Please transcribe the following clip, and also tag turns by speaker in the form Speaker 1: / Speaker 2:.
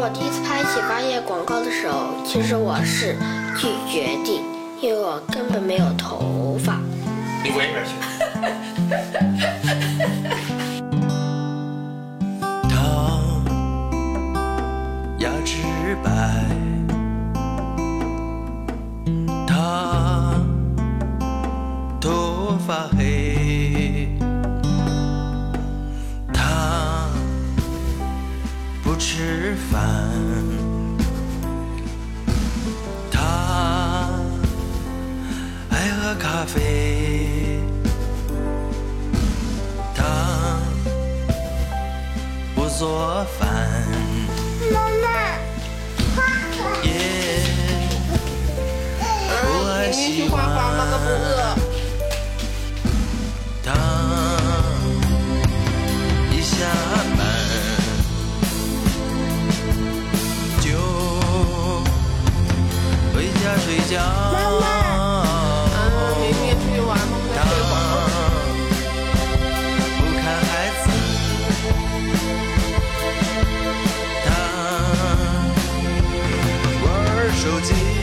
Speaker 1: 我第一次拍洗发液广告的时候，其实我是拒绝的，因为我根本没有头发。
Speaker 2: 你滚一边去！
Speaker 3: 他牙齿白，他头发黑，他不吃饭，他爱喝咖啡，他不做饭。
Speaker 4: 妈妈，花花，嗯
Speaker 3: 也不爱喜欢他一下班就回家睡觉。
Speaker 4: 啊
Speaker 5: 明天出去玩吗？
Speaker 3: 他
Speaker 5: 再睡会儿。
Speaker 3: 不看孩子，他玩手机。